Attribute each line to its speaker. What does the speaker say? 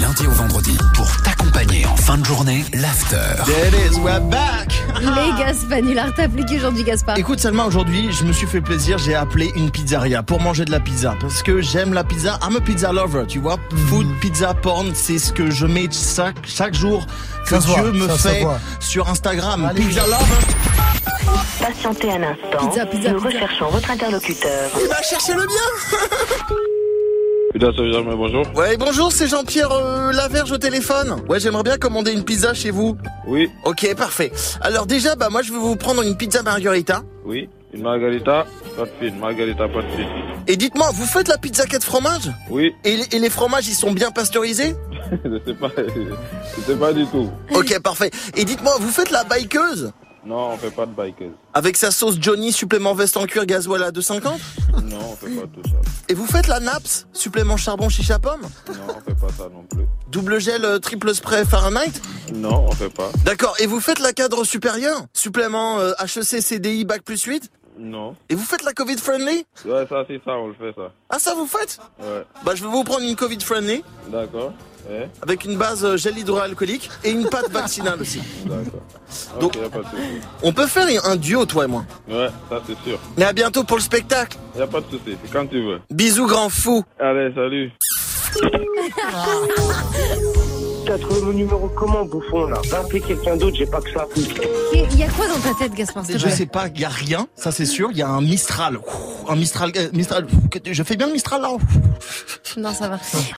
Speaker 1: lundi au vendredi pour t'accompagner en fin de journée l'after.
Speaker 2: There it is, we're back
Speaker 3: Les Gaspanular, t'as appliqué aujourd'hui, Gaspard
Speaker 2: Écoute seulement aujourd'hui, je me suis fait plaisir, j'ai appelé une pizzeria pour manger de la pizza parce que j'aime la pizza. I'm a pizza lover, tu vois.
Speaker 4: Mm.
Speaker 2: Food, pizza, porn, c'est ce que je mets chaque, chaque jour que
Speaker 4: Ça se voit,
Speaker 2: Dieu me
Speaker 4: ça se
Speaker 2: fait
Speaker 4: voit.
Speaker 2: sur Instagram. Pizza lover,
Speaker 5: Patientez un instant.
Speaker 3: Pizza, pizza,
Speaker 5: Nous
Speaker 3: pizza.
Speaker 5: recherchons votre interlocuteur.
Speaker 2: il va chercher le bien.
Speaker 6: Putain, ça veut dire, mais bonjour.
Speaker 2: Ouais, bonjour, c'est Jean-Pierre euh, Laverge au téléphone. Ouais, j'aimerais bien commander une pizza chez vous.
Speaker 6: Oui,
Speaker 2: Ok, parfait. Alors déjà, bah moi je vais vous prendre une pizza margarita.
Speaker 6: oui. Une margarita, pas de fil. Margarita, pas de fil.
Speaker 2: Et dites-moi, vous faites la pizza 4 fromages
Speaker 6: Oui,
Speaker 2: et, les- et les fromages, ils sont bien pasteurisés
Speaker 6: je sais pas, je sais pas du tout.
Speaker 2: Ok, parfait. Et dites-moi, vous faites la bikeuse
Speaker 6: Non, on fait pas de bikeuse.
Speaker 2: Avec sa sauce Johnny, supplément veste en cuir, gasoil à 2,50
Speaker 6: Non, on fait pas tout ça.
Speaker 2: Et vous faites la naps, supplément charbon, chicha pomme
Speaker 6: Non, on fait pas ça non plus.
Speaker 2: Double gel, euh, triple spray Fahrenheit
Speaker 6: Non, on fait pas.
Speaker 2: D'accord, et vous faites la cadre supérieure Supplément euh, HEC, CDI, Bac plus 8
Speaker 6: Non.
Speaker 2: Et vous faites la Covid friendly
Speaker 6: Ouais, ça, c'est ça, on le fait, ça.
Speaker 2: Ah ça vous faites
Speaker 6: Ouais,
Speaker 2: Bah je vais vous prendre une Covid friendly
Speaker 6: d'accord. Eh,
Speaker 2: avec une base euh, gel hydroalcoolique et une pâte vaccinale aussi.
Speaker 6: d'accord. Ok,
Speaker 2: Donc-
Speaker 6: y a pas de souci.
Speaker 2: On peut faire un duo toi et moi.
Speaker 6: Ouais, ça, c'est sûr.
Speaker 2: Mais à bientôt pour le spectacle.
Speaker 6: Y a pas de souci, c'est quand tu veux.
Speaker 2: Bisous grand fou.
Speaker 6: Allez, salut.
Speaker 7: T'as trouvé mon numéro comment, bouffon, là Va appeler quelqu'un d'autre, j'ai pas que ça.
Speaker 3: Et Il y a quoi dans ta tête, Gaspard s'il te
Speaker 2: Je
Speaker 3: plaît
Speaker 2: sais pas, il y a rien, ça c'est sûr, il y a un Mistral. Ouh, Un Mistral, euh, Mistral. Je fais bien le Mistral là.
Speaker 3: Non, ça va.